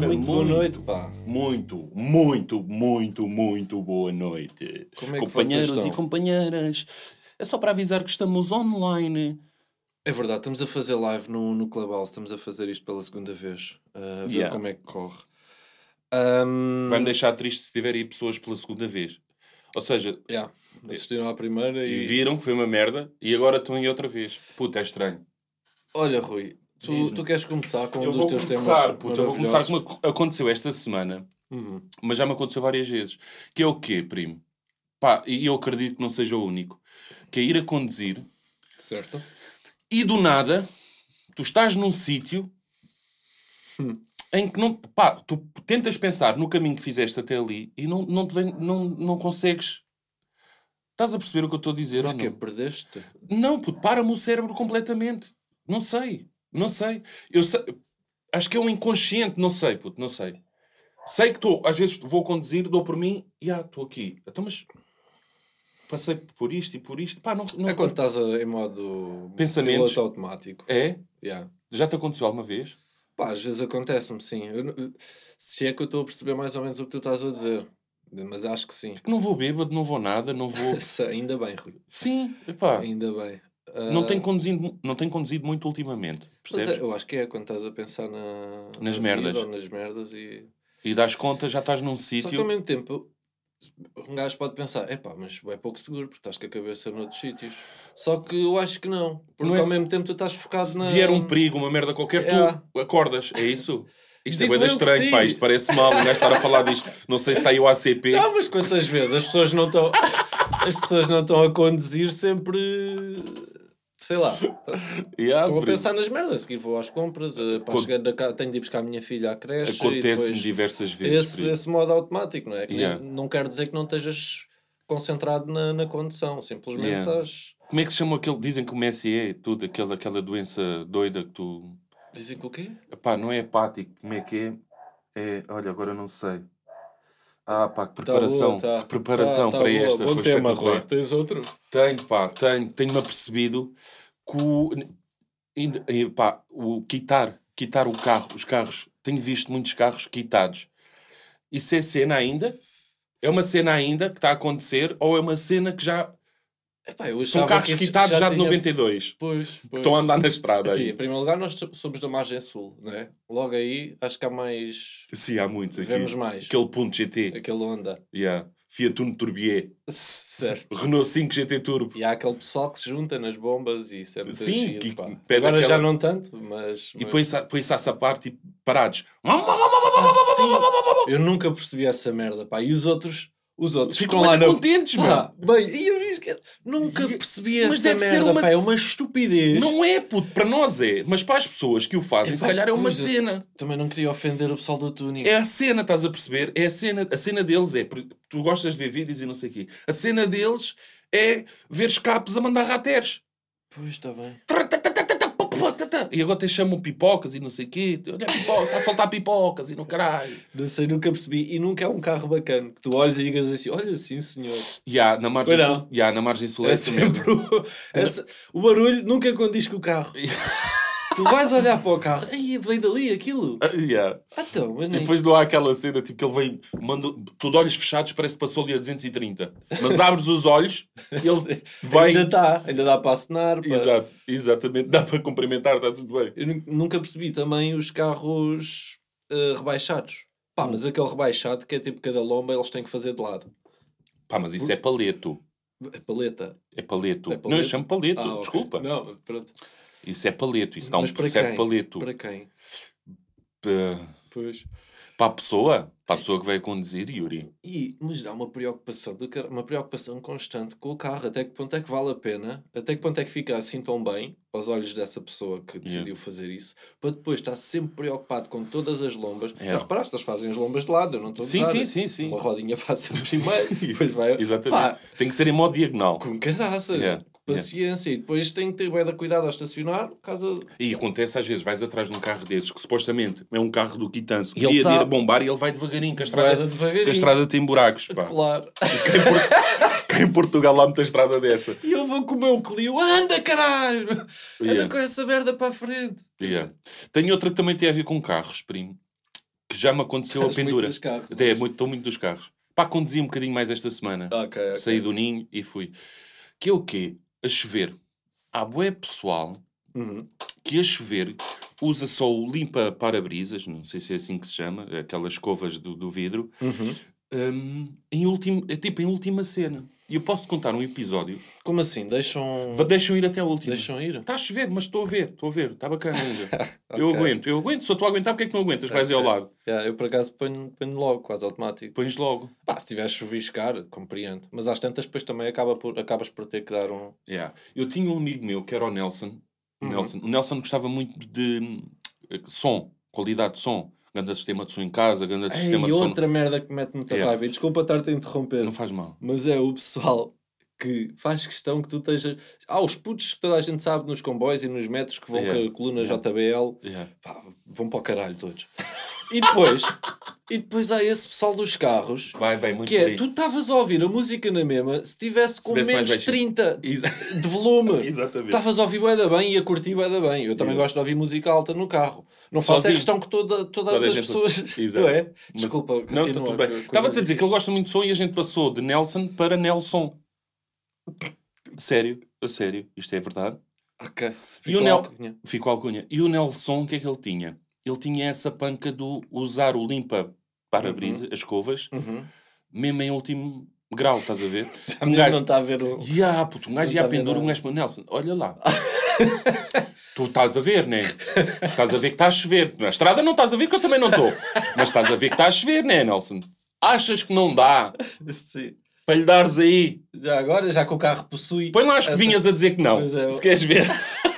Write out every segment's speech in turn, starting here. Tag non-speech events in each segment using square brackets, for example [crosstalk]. Muito boa noite, pá. Muito, muito, muito, muito boa noite. Como é que vocês Companheiros estão? e assim, companheiras. É só para avisar que estamos online. É verdade, estamos a fazer live no, no Clubhouse, estamos a fazer isto pela segunda vez, a ver Yeah. como é que corre. Ahm, Vai-me deixar triste se tiver aí pessoas pela segunda vez. Ou seja, yeah, assistiram à primeira e e... viram que foi uma merda e agora estão aí outra vez. Puta, é estranho. Olha, Rui, tu, Diz-me. tu queres começar com um eu dos vou teus começar, temas puta, eu vou começar com maravilhosos? uma... Aconteceu esta semana, Uhum. mas já me aconteceu várias vezes. Que é o quê, primo? Pá, e eu acredito que não seja o único. Que é ir a conduzir Certo? e do nada tu estás num sítio em que não pá, tu tentas pensar no caminho que fizeste até ali e não, não, te vem, não, não consegues. Estás a perceber o que eu estou a dizer Mas ou que não? perdeste? Não, puto, para-me o cérebro completamente. Não sei, não sei. Eu sei- acho que é um inconsciente, não sei, puto, não sei. Sei que estou, às vezes vou conduzir, dou por mim e ah, estou aqui. Então, mas passei por isto e por isto. Pá, não, não É quando estás a- em modo Pensamentos. piloto automático. É? Yeah. Já te aconteceu alguma vez? Pá, às vezes acontece-me, sim. Eu não- se é que eu estou a perceber mais ou menos o que tu estás a dizer. Mas acho que sim. [laughs] Que não vou bêbado, não vou nada, não vou. Ainda bem, Rui. Sim, epá, eh, Ainda bem. Ah, não, tenho conduzido, não tenho conduzido muito ultimamente, mas é- percebes? eu acho que é quando estás a pensar na, na Nas vida merdas. ou nas merdas e. E das contas, já estás num Só que ao sítio. mesmo tempo, um gajo pode pensar: é pá, mas é pouco seguro porque estás com a cabeça noutros sítios. Só que eu acho que não. Porque Não é ao se- mesmo tempo tu estás focado Se na. [laughs] vier um perigo, uma merda qualquer, tu É. acordas, [laughs] é isso? Isto Digo é bem eu que estranho, sim. pá, isto parece mal, um gajo estar a falar disto. Não sei se está aí o ACP. Ah, mas quantas vezes as pessoas não estão. [laughs] As pessoas não estão a conduzir sempre. Sei um lá. Estou Yeah, a primo. pensar nas merdas. A seguir vou às compras. eh, Para Acon- chegar da ca- Tenho de ir buscar a minha filha à creche. e Acontece-me depois- diversas vezes. esse, primo. esse modo automático, não é? Que nem- Yeah. Não quer dizer que não estejas concentrado na, na condução, simplesmente Yeah. estás. Como é que se chama aquele? Dizem que o Messi é e tudo, aquela, aquela doença doida que tu. Dizem que o quê? Tá Pá, não é hepático, como é que é? É, olha, agora não sei. Ah, pá, que Tá boa, preparação, tá. que preparação Tá- tá para boa. esta. Bom foi tema, espetacular. Rui. Tens outro? Tenho, pá, tenho, tenho-me apercebido que o, ainda- eh, pá, o quitar, quitar o carro, os carros, tenho visto muitos carros quitados. Isso é cena ainda? É uma cena ainda que está a acontecer ou é uma cena que já. Epá, eu São achava carros que isso quitados já, de tinha- 92 Pois, que pois. estão a andar na estrada Sim, em aí. primeiro lugar, nós so- somos da margem sul, não é? Logo aí, acho que há mais. Sim, há muitos aqui. Vemos mais. Aquele ponto GT, Aquele onda. yeah. Fiat Uno Turbier, [laughs] Certo. Renault 5 GT Turbo. E há aquele pessoal que se junta nas bombas e isso é muito Sim, giro, que pá. pede Agora já aquela- não tanto, mas. E mas- põe-se a- põe-se a essa parte e parados. Sim, eu nunca percebi essa merda, pá. E os outros, os outros Ficam lá na- contentes, mano. Pá, tipo, bem, e eu esque- nunca percebi mas essa deve ser merda, uma pá, é c- uma estupidez. Não é, puto, para nós é, mas para as pessoas que o fazem, Epá, se calhar é uma pois, eu- cena. Também não queria ofender o pessoal do Tuning. É a cena, estás a perceber? É a cena, a cena deles é, por- tu gostas de ver vídeos e não sei o quê. A cena deles é ver escapes a mandar rateres. Oh, tá, Pois, está bem. E agora te chamam pipocas e não sei o quê. Olha a pipoca, está a soltar pipocas e no caralho. Não sei, nunca percebi. E nunca é um carro bacana que tu olhes e digas assim: olha, sim, senhor. E há, na margem Pois não. sul, e há, na margem sul é É essa merda. sempre o, é se- o barulho nunca condiz com o carro. tu vais olhar para o carro, aí veio dali aquilo. Ah, [laughs] yeah. Ah, então, mas E nem. depois não há aquela cena, tipo, que ele vem, manda, tu de olhos fechados, parece que passou ali a 230. [laughs] Mas abres os olhos, ele vai Ainda está, ainda dá para acenar. pá. Exato, exatamente. Dá para cumprimentar, está tudo bem. Eu nu- nunca percebi também os carros eh, rebaixados. Pá, mas aquele rebaixado que é tipo cada lomba eles têm que fazer de lado. Pá, mas isso é paleto. A paleta. É paleto. É paleto? Não, eu chamo paleto, Ah, ok. Tipo, desculpa. Não, pronto. Isso é paleto, isso dá Mas um para certo quem? paleto. Para quem? P- Pois. Para a pessoa, para a pessoa que vai conduzir, Yuri. E, mas dá uma preocupação, do car- uma preocupação constante com o carro. Até que ponto é que vale a pena? Até que ponto é que fica assim tão bem aos olhos dessa pessoa que decidiu fazer isso? Para depois estar sempre preocupado com todas as lombas. É. Mas reparaste, eles fazem as lombas de lado. Eu não estou a Sim, usar. sim, sim, sim. Uma rodinha faz sempre [laughs] primeiro. depois vai. Exatamente. Pá, Tem que ser em modo diagonal. Com caraças, Yeah, com paciência. E depois tem que ter bué de cuidado a estacionar, por causa... E acontece às vezes, vais atrás de um carro desses, que supostamente é um carro do quitanço, E que ele ia de ir tá- a bombar e ele vai devagarinho, que a Vai estrada, devagarinho. que a estrada tem buracos. é Pá. Claro. [laughs] Que em Portugal há muita estrada dessa. E eu vou com o meu Clio. Anda, caralho! Anda Yeah. com essa merda para a frente. Yeah. Tenho outra que também tem a ver com carros, primo. que já me aconteceu a És muito pendura. dos carros, Até és. estou muito, tô muito dos carros. Pá, conduzi um bocadinho mais esta semana. Ok, Ah, ok. Saí do ninho e fui. Que é o quê? A chover. Há bué pessoal Uhum. que a chover usa só o limpa-parabrisas, não sei se é assim que se chama, aquelas escovas do, do vidro, Uhum. hum, em último, é tipo em última cena. E eu posso contar um episódio. Como assim? Deixam. Va- Deixam ir até a última. Deixam ir? Está a chover, mas estou a ver, estou a ver, está bacana [laughs] ainda. Eu Ok. aguento, eu aguento, se eu estou a aguentar, porque é que não aguentas? Vais aí ao lado. Yeah, eu por acaso ponho, ponho logo, quase automático. Pões logo. Pá, se tiver a chuviscar, compreendo. Mas às tantas, depois também acaba por, acabas por ter que dar um. Yeah. Eu tinha um amigo meu que era o Nelson. O Uhum. Nelson. O Nelson gostava muito de hum, som, qualidade de som. Ganda sistema de som em casa, ganda sistema Ei, de som. outra merda que me mete muita Yeah. raiva. E desculpa estar-te a interromper, Não faz mal. mas é o pessoal que faz questão que tu estejas. Há os putos que toda a gente sabe nos comboios e nos metros que vão Yeah. com a coluna Yeah. JBL. Yeah. Pá, vão para o caralho todos. E depois, e depois há esse pessoal dos carros Vai, vai, muito que é, bem. tu estavas a ouvir a música na mesma se tivesse com tivesse mais menos baixinho. 30 [laughs] [laughs] Exa- de volume. Exatamente. Estavas a ouvir bué da bem e a curtir bué da bem. Eu também Yeah. gosto de ouvir música alta no carro. Não faço a Sozinho. questão que toda, todas Toda a as gente- pessoas... [laughs] Exato. Não é? Mas- Desculpa, Não, tá tudo bem. Estava-te a dizer que ele gosta muito de som e a gente passou de Nelson para Nelson. Sério, a sério, isto é verdade. Ok. né? E o Ficou Nel- algo- Ficou alcunha. E o Nelson, o que é que ele tinha? Ele tinha essa panca do usar o limpa para abrir as escovas, Uhum. mesmo em último grau, estás [laughs] a ver? A um mulher não gajo, está a ver o... e ah, puto, um não gajo ia tá à a ver pendura, um nada. gajo para Nelson, [laughs] olha lá. tu estás a ver, né? Estás a ver que está a chover. Na estrada não estás a ver que eu também não estou. Mas estás a ver que está a chover, né, Nelson? Achas que não dá Sim. para lhe dares aí? Já agora, já que o carro possui... Põe lá as que Essa- vinhas a dizer que não, Pois é. se queres ver. [laughs]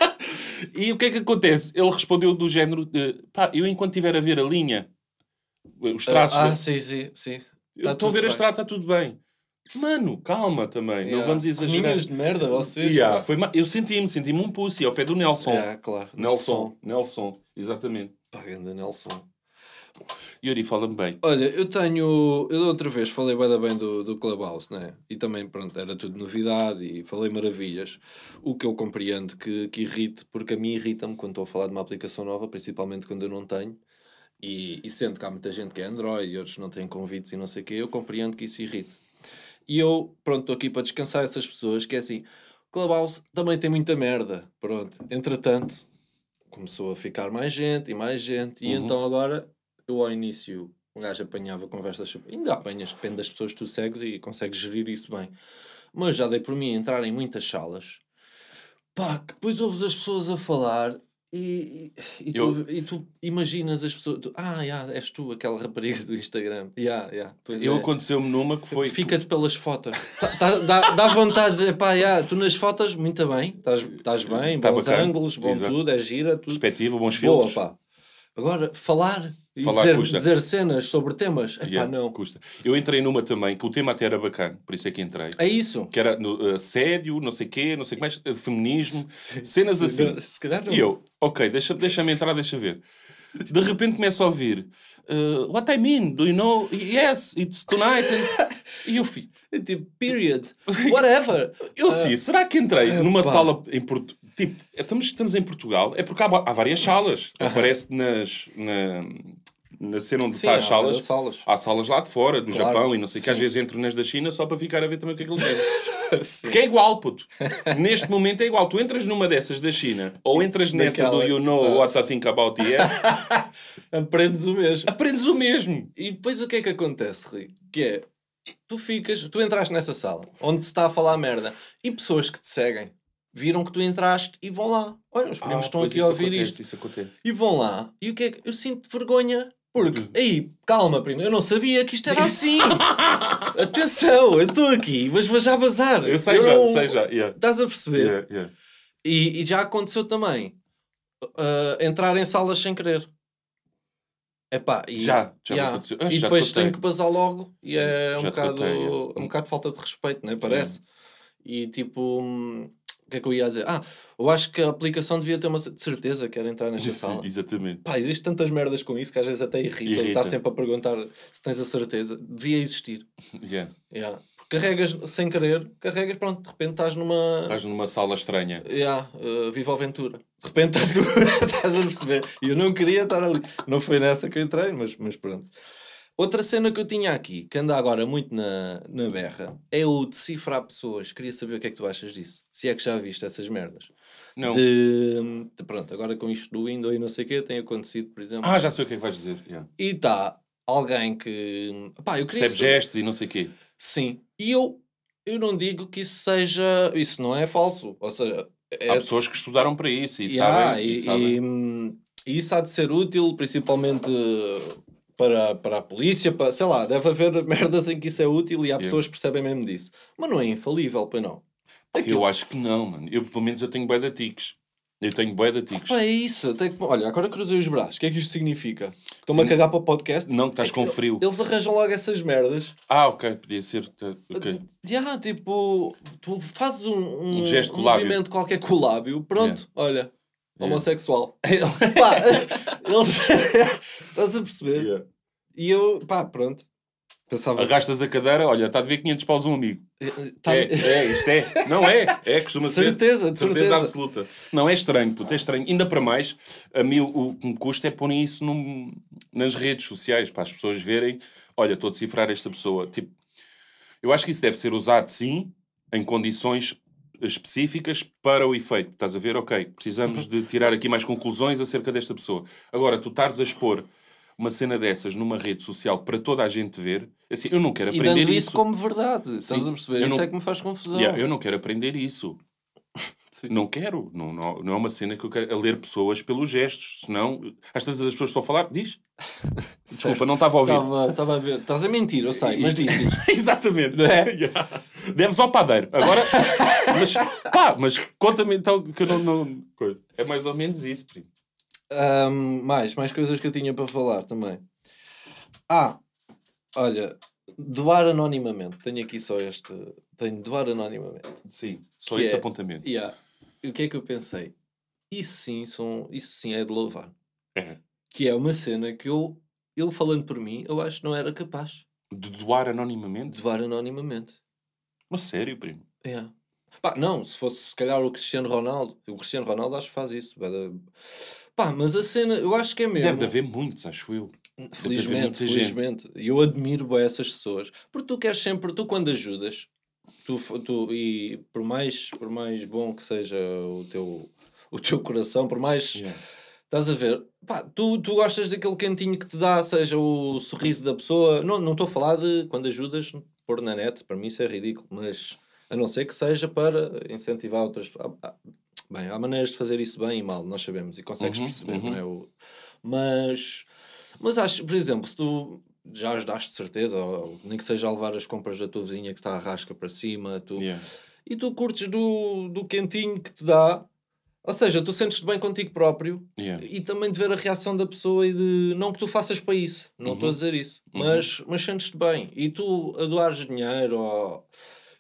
e o que é que acontece? Ele respondeu do género de, pá, eu enquanto estiver a ver a linha, os traços, Ah, da- sim, sim, sim. eu tá estou a tudo ver a bem. estrada, está tudo bem. Mano, calma também, não Yeah. vamos exagerar. Cominhas de merda, vocês. Yeah, pá. foi ma- Eu senti-me, senti-me um pussy ao pé do Nelson. Yeah, claro. Nelson, Nelson, exatamente. Pá, ganda Nelson. Yuri, fala-me bem. Olha, eu tenho. Eu da outra vez falei bem, bem do, do Clubhouse, né? E também, pronto, era tudo novidade e falei maravilhas. O que eu compreendo que, que irrite, porque a mim irrita-me quando estou a falar de uma aplicação nova, principalmente quando eu não tenho. E, e sendo que há muita gente que é Android e outros não têm convites e não sei o quê, eu compreendo que isso irrite. E eu, pronto, estou aqui para descansar essas pessoas, que é assim. Clubhouse também tem muita merda. Pronto, entretanto, começou a ficar mais gente e mais gente. E Uhum. então agora, eu ao início, um gajo apanhava conversas. super- Ainda apanhas, depende das pessoas que tu segues e consegues gerir isso bem. Mas já dei por mim a entrar em muitas salas. Pá, que depois ouves as pessoas a falar e, e, e tu- Eu- e tu, imaginas as pessoas. tu, ah, yeah, és tu, aquela rapariga do Instagram. Yeah, yeah, pois Eu é." aconteceu-me numa que foi... Fica-te pelas fotos. Sa- Dá, dá, dá vontade de dizer, pá, já, tu nas fotos, muito bem, estás, estás bem, Tá bons bacana. ângulos, bom Exato. tudo, é gira, tudo. Perspectiva, bons Boa, filtros. pá. Agora, falar e Falar dizer, custa. dizer cenas sobre temas, é Yeah, pá, não. custa. Eu entrei numa também, que o tema até era bacana, por isso é que entrei. É isso. que era no, eh, assédio, não sei quê, não sei o que mais, eh, feminismo, cenas Se- assim. Se calhar não. E eu, ok, deixa- deixa-me entrar, deixa ver. De repente começo a ouvir eh, What I mean, do you know? Yes, it's tonight. and- E eu fico, É Tipo, period. Whatever. eu sim, será que entrei numa pá. sala em Portugal? Tipo, estamos, estamos em Portugal, é porque há, ba- há várias salas. Aparece nas, na, na cena onde Sim, está as há salas. várias salas. Há salas lá de fora, do Claro, Japão e não sei o que. Às sim. vezes entro nas da China só para ficar a ver também o que é que eles [laughs] dizem. Sim. Porque é igual, puto. Neste momento é igual. Tu entras numa dessas da China ou entras nessa Daquela- do You Know What I Think [laughs] About You, Aprendes o mesmo. aprendes o mesmo. E depois o que é que acontece, Rui? Que é, tu ficas, tu entraste nessa sala onde se está a falar merda e pessoas que te seguem viram que tu entraste e vão lá. Olha, os primos estão aqui a ouvir isto. Ah, Isso acontece. E vão lá. E o que é que eu sinto vergonha? Uhum. Porque, aí, calma, primo, eu não sabia que isto era assim. Atenção, eu estou aqui, mas vou já vazar. Eu sei já, não- sei já. Yeah. Estás a perceber? Yeah, yeah. E, e já aconteceu também uh, entrar em salas sem querer. Epá, e, Já, já me yeah. aconteceu. Ah, e já depois tratei. tenho que basar logo e é um Já bocado, tratei, é. um bocado de falta de respeito, não é? Parece. Uhum. E tipo, hum, o que é que eu ia dizer? Ah, eu acho que a aplicação devia ter uma cer- de certeza que era entrar nesta Isso, sala. Exatamente. Pá, existem tantas merdas com isso que às vezes até irrita. tá Irrita. Estar sempre a perguntar se tens a certeza. Devia existir. Yeah. Yeah. Carregas sem querer, carregas, pronto, de repente estás numa. Estás numa sala estranha. Yeah, eh, viva a aventura. De repente estás, [laughs] no- estás a perceber. E eu não queria estar ali. Não foi nessa que eu entrei, mas, mas pronto. Outra cena que eu tinha aqui, que anda agora muito na, na berra, é o decifrar pessoas. Queria saber o que é que tu achas disso. Se é que já viste essas merdas. Não. De, de- pronto, agora com isto do Windows e não sei o quê, tem acontecido, por exemplo. Ah, já sei o que é que vais dizer. Yeah. E está alguém que. Pá, eu queria Recebe saber- gestos e não sei o quê. Sim. E eu, eu não digo que isso seja. Isso não é falso. Ou seja, é Há pessoas que estudaram para isso e Yeah, sabem. E, e- sabem. e, hum, e isso há de ser útil, principalmente uh, para, para a polícia, para, sei lá, deve haver [laughs] merdas em que isso é útil e há Yeah. pessoas que percebem mesmo disso. Mas não é infalível, pois não. Aquilo- é Eu acho que não, mano. Eu, pelo menos eu tenho bué de tiques. Eu tenho bué de tiques. Pá, é isso. Até que- olha, agora cruzei os braços. O que é que isto significa? Estão-me a Sim. cagar para o podcast? Não, que estás É que com frio. Eles arranjam logo essas merdas. Ah, ok, podia ser. tá, ok. Yeah, tipo, tu fazes um, um, Um gesto com um o lábio. movimento qualquer com o lábio, pronto, olha, homossexual. [laughs] Pá, eles. [laughs] Estás a perceber? E eu, pá, pronto. Pensava. Arrastas a cadeira, olha, está a dever 500 paus um amigo. Tá- [laughs] É, é, isto é. Não é, é, costuma de ser. certeza, de De certeza, certeza. absoluta. Não, é estranho, puto, é estranho. Ainda para mais, a mim o- o que me custa é porem isso num- nas redes sociais, para as pessoas verem, olha, estou a decifrar esta pessoa. Tipo, eu acho que isso deve ser usado, sim, em condições específicas para o efeito. Estás a ver? Ok, precisamos de tirar aqui mais conclusões acerca desta pessoa. Agora, tu estares a expor uma cena dessas numa rede social para toda a gente ver, assim, eu não quero E aprender dando isso. isso como verdade. Estás a perceber? eu Isso não- é que me faz confusão. Yeah, eu não quero [laughs] aprender isso. Não quero. Não, não, não é uma cena que eu quero. É ler pessoas pelos gestos. Senão, às tantas das pessoas que estão a [laughs] falar, diz. Desculpa, não estava a ouvir. Estava estava a ver. Estás a mentir, eu sei, mas diz. diz. [laughs] Exatamente. Não é? [laughs] Yeah. Deves ao padeiro. Agora, [laughs] mas, pá, mas conta-me então que eu não... não- coisa. É mais ou menos isso, primo. Ahm, mais, mais coisas que eu tinha para falar também. Ah, olha, doar anonimamente. Tenho aqui só este. Tenho doar anonimamente. Sim, só Que esse é- apontamento. Yeah. E O que é que eu pensei? Isso sim, são, isso sim é de louvar. É. Que é uma cena que eu, eu falando por mim, eu acho que não era capaz De doar de anonimamente? doar anonimamente. Mas sério, primo. Yeah. É. Pá, não, se fosse se calhar o Cristiano Ronaldo, o Cristiano Ronaldo acho que faz isso. bué da- Pá, mas a cena, eu acho que é mesmo. Deve de haver muitos, acho eu. haver Felizmente, muita gente. felizmente. E eu admiro bem essas pessoas. Porque tu queres sempre, tu quando ajudas, tu, f- tu, e por mais, por mais bom que seja o teu, o teu coração, por mais Yeah. Estás a ver? Pá, tu, tu gostas daquele cantinho que te dá, seja o sorriso da pessoa. Não não estou a falar de quando ajudas pôr na net, para mim isso é ridículo, mas a não ser que seja para incentivar outras. ah, ah, Bem, há maneiras de fazer isso bem e mal, nós sabemos, e consegues Uhum, perceber, uhum. não é? O... Mas, mas acho, por exemplo, se tu já ajudaste de certeza, ou, nem que seja a levar as compras da tua vizinha que está a rasca para cima, tu Yeah. e tu curtes do, do quentinho que te dá. Ou seja, tu sentes-te bem contigo próprio Yeah. e também de ver a reação da pessoa e de. Não que tu faças para isso, não Uhum. estou a dizer isso, Uhum. mas, mas sentes-te bem. E tu a doares dinheiro ou.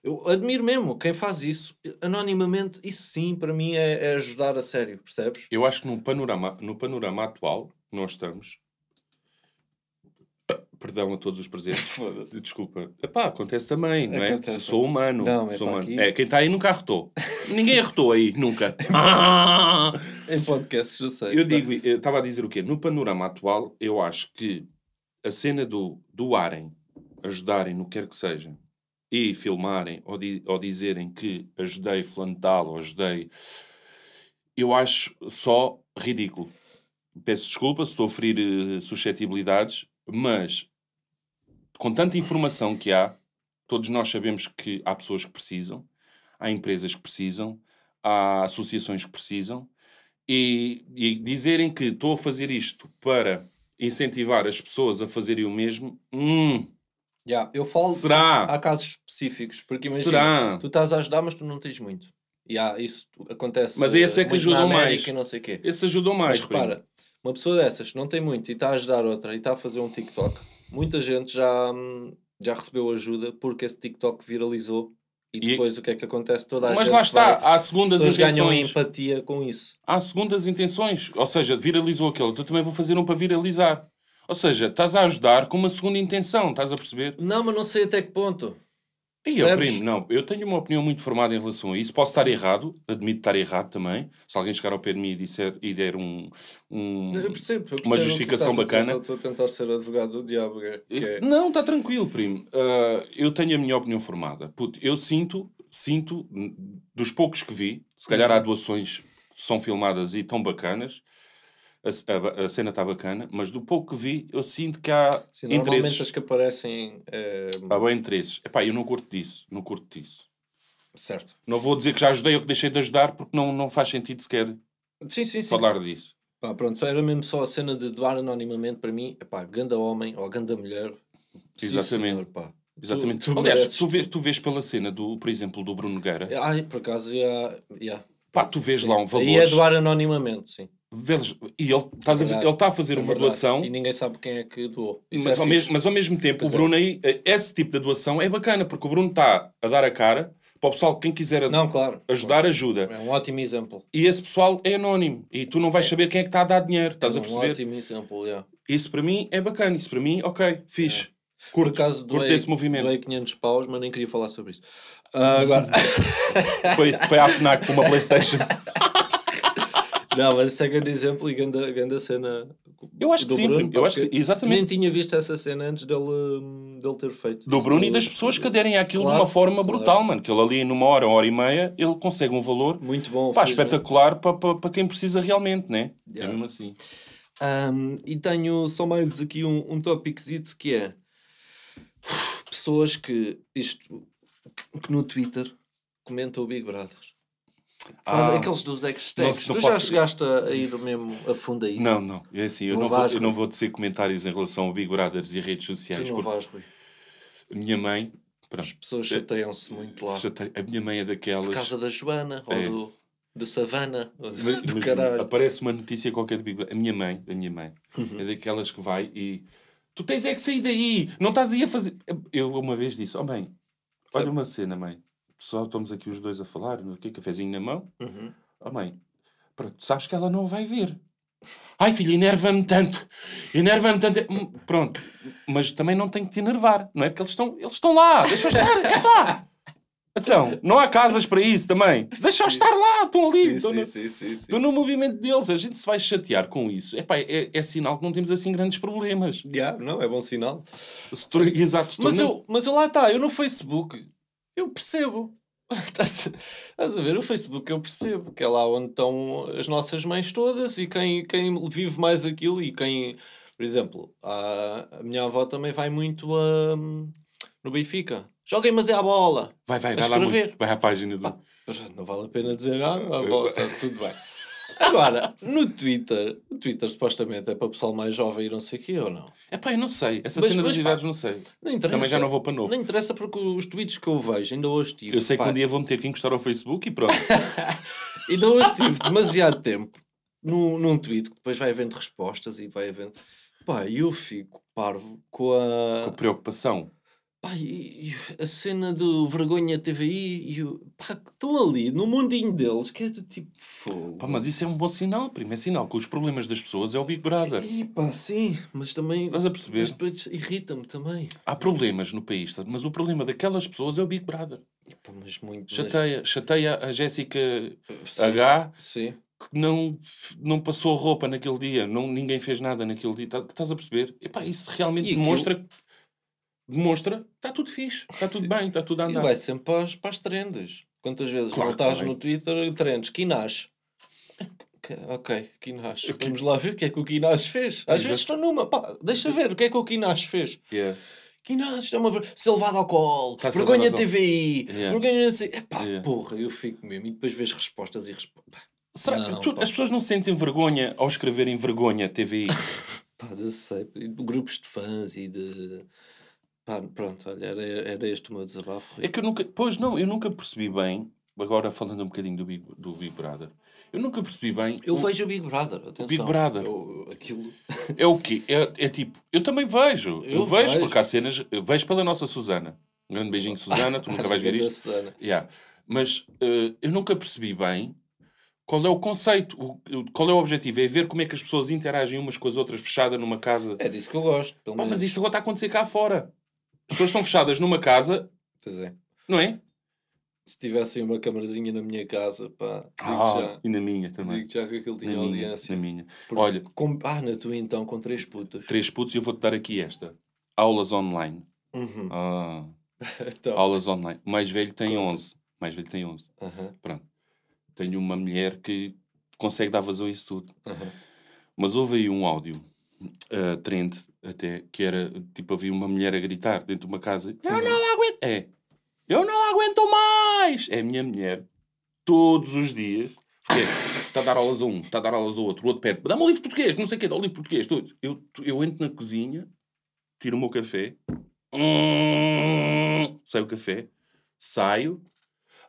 Eu admiro mesmo quem faz isso anonimamente. Isso sim, para mim, é, é ajudar a sério, percebes? Eu acho que num panorama, no panorama atual, nós estamos. Perdão a todos os presentes. [laughs] Foda-se. Desculpa. Epá, acontece também, não é? Acontece. Sou humano. Não, é sou pá, humano. aqui- É, quem está aí [laughs] nunca arrotou. Ninguém arrotou aí, nunca. Ah! Em podcasts, eu sei. eu digo, eu estava a dizer o quê? No panorama atual, eu acho que a cena do doarem, ajudarem no que quer que seja, e filmarem ou, di- ou dizerem que ajudei fulano de tal ou ajudei, eu acho só ridículo. Peço desculpa se estou a ferir eh, suscetibilidades, mas com tanta informação que há, todos nós sabemos que há pessoas que precisam, há empresas que precisam, há associações que precisam, e, e dizerem que estou a fazer isto para incentivar as pessoas a fazerem o mesmo, hum, Yeah, eu falo. será? Há casos específicos, porque imagina. Será? Tu estás a ajudar, mas tu não tens muito. E há, isso acontece. Mas esse é que muito na ajudou mais. América e não sei o quê. Esse ajudou Mas mais, primo. repara, uma pessoa dessas que não tem muito e está a ajudar outra e está a fazer um TikTok, muita gente já, hum, já recebeu ajuda porque esse TikTok viralizou e E- depois o que é que acontece? Toda a Mas gente lá está, vai- há as segundas pessoas ganham um intenções. empatia com isso. Há segundas intenções. Ou seja, viralizou aquele, então também vou fazer um para viralizar. Ou seja, estás a ajudar com uma segunda intenção, estás a perceber? Não, mas não sei até que ponto. E eu, Percebes? primo, não, eu tenho uma opinião muito formada em relação a isso. Posso estar errado, admito estar errado também. Se alguém chegar ao pé de mim e, disser, e der um. um- Eu percebo, eu percebo Uma o que justificação estás a dizer, bacana. só Estou a tentar ser advogado do diabo. é- Que é, Não, está tranquilo, primo. Ah, eu tenho a minha opinião formada. Puto, eu sinto, sinto, n- dos poucos que vi, se calhar Uhum. há doações que são filmadas e tão bacanas, a, c- a ba- a cena está bacana, mas do pouco que vi, eu sinto que há assim, normalmente interesses. as que aparecem. eh, Há bem interesses. Epá, eu não curto disso, não curto disso. certo. Não vou dizer que já ajudei ou que deixei de ajudar, porque não, não faz sentido sequer Sim, sim, sim. falar disso. Pá, pronto, só era mesmo só a cena de doar anonimamente para mim. Epá, ganda homem ou ganda mulher. Sim, Exatamente. senhor, pá. Exatamente. tu Aliás, mereces. tu vês, tu vês pela cena, do, por exemplo, do Bruno Nogueira, Ai, por acaso, já. já. pá, tu vês Sim. lá um valor. E é doar anonimamente, sim. vês- e ele está a, Verdade. ele tá a fazer É uma verdade. doação, E ninguém sabe quem é que doou. Isso mas, é ao fixe. mesmo, mas ao mesmo tempo, Pois o é. Bruno aí, eh, esse tipo de doação é bacana, porque o Bruno está a dar a cara para o pessoal, quem quiser a- Não, claro. ajudar, ajuda. É um ótimo exemplo. E esse pessoal é anónimo, e tu não vais saber quem é que está a dar dinheiro, estás é a perceber? Um ótimo exemplo, já. Isso para mim é bacana, isso para mim, ok, fixe. Curto, É. por acaso curto doei, esse movimento. doei 500 paus, mas nem queria falar sobre isso. Ah, agora... [laughs] Foi, foi à FNAC com uma [laughs] Playstation. não, mas isso é grande exemplo e grande, grande cena. Eu acho que do sim, Bruno, primo, eu acho que- porque exatamente. Nem tinha visto essa cena antes dele, hum, dele ter feito. Do isso Bruno e das pessoas que aderem àquilo Claro, de uma forma claro. brutal, mano. Que ele ali numa hora, uma hora e meia, ele consegue um valor Muito bom. pá, felizmente. espetacular para pa, pa quem precisa realmente, né? um Yeah. É mesmo assim. Ahm, e tenho só mais aqui um, um tópicozito que é pessoas que isto que, que no Twitter comentam o Big Brother. Fazem Ah, aqueles dos hashtags. Não- não tu já posso- chegaste a, a ir mesmo a fundo a isso? Não, não. É assim, eu Não não, vou, vais, eu não Rui. vou dizer comentários em relação ao Big Brothers e redes Tu sociais. não Porque vais, Rui. minha mãe... As Pronto, pessoas chateiam-se muito lá. se chateia- a minha mãe é Por daquelas... causa da Joana ou É. do, da Savana. ou do- [laughs] Mas- do mas caralho. Uhum. aparece uma notícia qualquer de Big Brother. A minha mãe, a minha mãe, é daquelas que vai e tu tens é que sair daí, não estás aí a fazer. Eu uma vez disse: Oh, mãe, olha Sabe? uma cena, mãe. Só estamos aqui os dois a falar, não sei o quê, cafezinho na mão. Uhum. Oh, mãe, pronto, sabes que ela não vai ver. Ai, filho, enerva-me tanto. Enerva-me tanto. Hum, Pronto, mas também não tenho que te enervar, não é? Porque eles estão, eles estão lá, deixa-os estar, é pá. Então, não há casas para isso também. Deixa-os estar lá, estão ali. estão na- sim, sim, sim. Estou no movimento deles, a gente se vai chatear com isso. Epá, é, é sinal que não temos assim grandes problemas. Yeah, não, é bom sinal. Se tu- Exato, se tu Mas não- eu, mas eu lá está, eu no Facebook, eu percebo. [laughs] Estás a- estás a ver? O Facebook eu percebo, que é lá onde estão as nossas mães todas e quem, quem vive mais aquilo e quem, por exemplo, a, a minha avó também vai muito a, no Benfica. Joguem, mas é a bola. Vai, vai, a vai lá. muito. escrever. Vai à página do. Mas Não vale a pena dizer nada, a avó, está tudo bem. Agora, no Twitter, o Twitter supostamente é para o pessoal mais jovem e não sei o quê, ou não? Epá, é eu não sei. Essa Mas- cena mas, das pá, idades, não sei. Não interessa. Também já não vou para novo. Não interessa porque os tweets que eu vejo, ainda hoje tive. Eu sei que pá, um dia vão ter que encostar ao Facebook e pronto. Ainda hoje tive demasiado tempo num, num tweet que depois vai havendo respostas e vai havendo. Pá, e eu fico parvo com Com a. preocupação. Pá, e- e a cena do Vergonha TVI e o. Pá, que estão ali no mundinho deles que é do tipo fogo. Pá, mas isso é um bom sinal, primo. É sinal que os problemas das pessoas é o Big Brother. E pá, sim, mas também. Estás a perceber? Mas depois irrita-me também. Há problemas no país, tá? mas o problema daquelas pessoas é o Big Brother. E pá, mas muito. Chateia, chateia a Jéssica mas- sim, H. sim. que não, não passou roupa naquele dia, não, ninguém fez nada naquele dia, tá- estás a perceber? Epá, isso realmente E aquilo- demonstra demonstra está tudo fixe, está tudo bem, está tudo a E andar. vai sempre para as, para as trendes. Quantas vezes Claro não que estás vai. no Twitter trendes? Quinás. Que- Ok, Quinás. Vamos lá ver o que é que o Quinás fez. Às Exato. vezes estou numa. Pá, deixa ver o que é que o Quinás fez. Quinás, isto é uma ver- Selvado ao colo, Está selvado vergonha ao colo. TVI, Yeah. vergonha não sei. Epá, Yeah. porra, eu fico mesmo. E depois vês respostas e respostas. Será Não, que tu- pá. as pessoas não sentem vergonha ao escreverem vergonha TVI? Pá, não sei. e Grupos de fãs e de. Pá, pronto, olha, era, era este o meu desabafo. É que eu nunca, pois não, eu nunca percebi bem, agora falando um bocadinho do Big, do Big Brother, eu nunca percebi bem. Eu o- vejo o Big Brother, atenção. Big Brother. Eu- aquilo. É o quê? É, é tipo, eu também vejo, eu, Eu vejo, vejo. porque há cenas, eu vejo pela nossa Susana. Um grande beijinho, Susana, [laughs] tu nunca [laughs] vais ver é Da isto. Susana. Yeah. Mas eh, eu nunca percebi bem qual é o conceito, o- o- qual é o objetivo. É ver como é que as pessoas interagem umas com as outras fechada numa casa. É disso que eu gosto, pelo Pá, menos. mas isto agora está a acontecer cá fora. As pessoas estão fechadas numa casa Pois é. Não é? Se tivessem uma camarazinha na minha casa, pá, digo Ah, e na minha já, também. digo já que aquilo Na tinha minha, audiência. na minha. Porque Olha. com- ah, na tua então, com três putas. Três putos, eu vou-te dar aqui esta. Aulas online. Uhum. [laughs] Ah, Então, aulas online. O mais velho tem Conta. 11. O mais velho tem 11. aham, Pronto. Tenho uma mulher que consegue dar vazão a isso tudo. aham. Mas houve aí um áudio, uh, trend até, que era tipo: havia uma mulher a gritar dentro de uma casa: Eu não aguento. É, eu não aguento mais. É a minha mulher, todos os dias. porque Está a dar aulas a um, está a dar aulas ao outro, o outro pede: dá-me um livro de português, não sei o quê, dá um livro de português. Tudo. Eu, eu entro na cozinha, tiro o meu café, hum, sai o café, saio.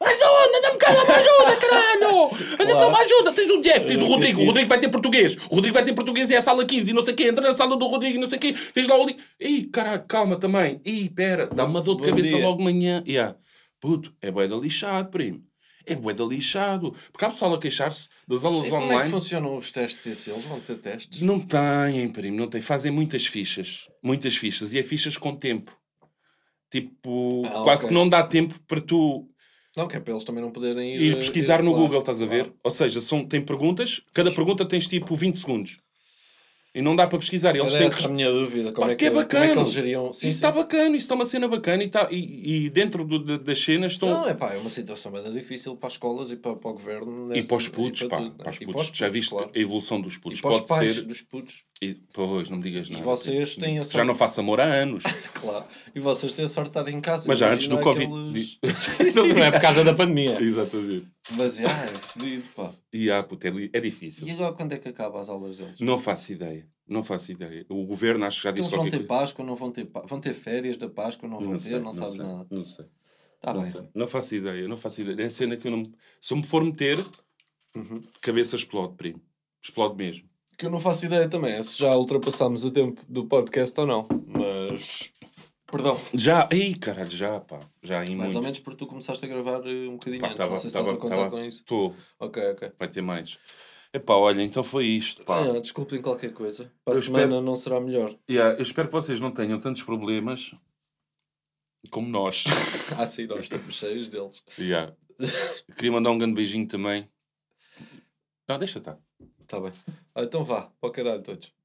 Mas aonde? Anda-me cá uma ajuda, caralho! Anda-me lá uma ajuda! Tens o Diego, tens o Rodrigo, o Rodrigo vai ter português, o Rodrigo vai ter português e é a sala 15 e não sei quem, entra na sala do Rodrigo e não sei quem, tens lá o Rodrigo. Ih, caralho, calma também. Ih, pera, dá-me uma dor de Bom cabeça dia. logo de manhã. Yeah. Puto, é bué da lixado, primo. É bué da lixado. Porque há pessoal a queixar-se das aulas E como é que online. funcionam os testes isso? Eles vão ter testes? Não têm, primo, não têm. Fazem muitas fichas. Muitas fichas. E é fichas com tempo. Tipo, Ah, quase ok. que não dá tempo para tu Não, que é para eles também não poderem ir, ir eh, pesquisar ir- no claro, Google, estás a ver? claro. Ou seja, são, tem perguntas, cada pergunta tens tipo 20 segundos. E não dá para pesquisar. E eles Era têm que é essa a responder. minha dúvida. Como, Pá, é que é como é que bacana. eles geriam? Isso tá está bacana, isso está uma cena bacana e, tá, e, e dentro do- de- das cenas estão. Não, é pá, é uma situação bem difícil para as escolas e para, para o governo. e nessa- para os putos, e pá, tudo, né? para os E putos. Já viste claro. a evolução dos putos? E para os Pode pais ser. dos putos, E, pois, não me digas E nada. vocês tipo, têm a Já sorte- não faço amor há [laughs] anos. claro. E vocês têm a sorte de estar em casa. Mas já antes do imagina Covid. [laughs] aqueles- Diz- Sim, sim. Não é por causa da pandemia. Exatamente. Mas já, é fedido, pá. E ah, puto, é, li- é difícil. E agora quando é que acaba as aulas deles? Não faço ideia. Não faço ideia. O governo acho que já disse Então Eles vão qualquer ter coisa. Páscoa, não vão ter Pá- Vão ter férias da Páscoa, não vão ter, sei, não, sabes sei, nada. Não sei. Está não, bem. sei. Não faço ideia, não faço ideia. É a cena que eu não. Se eu me for meter, Uhum. cabeça explode, primo. Explode mesmo. Que eu não faço ideia também, é se já ultrapassámos o tempo do podcast ou não. Mas. Perdão. Já, aí caralho, já, pá. Já aí Mais ou muito. menos porque tu começaste a gravar eh, um bocadinho Pá, antes. tava- não sei se tava- estás a contar tava- com isso. Tô, Ok, ok. vai ter mais. Epá, olha, então foi isto, pá. Ah, desculpem qualquer coisa. Para a Eu semana espero- não será melhor. [laughs] Yeah, eu espero que vocês não tenham tantos problemas como nós. Ah, sim, nós estamos cheios deles. Yeah. Queria mandar um grande beijinho também. Não, deixa estar. Tá Está bem. Ah, então vá, para o caralho todos.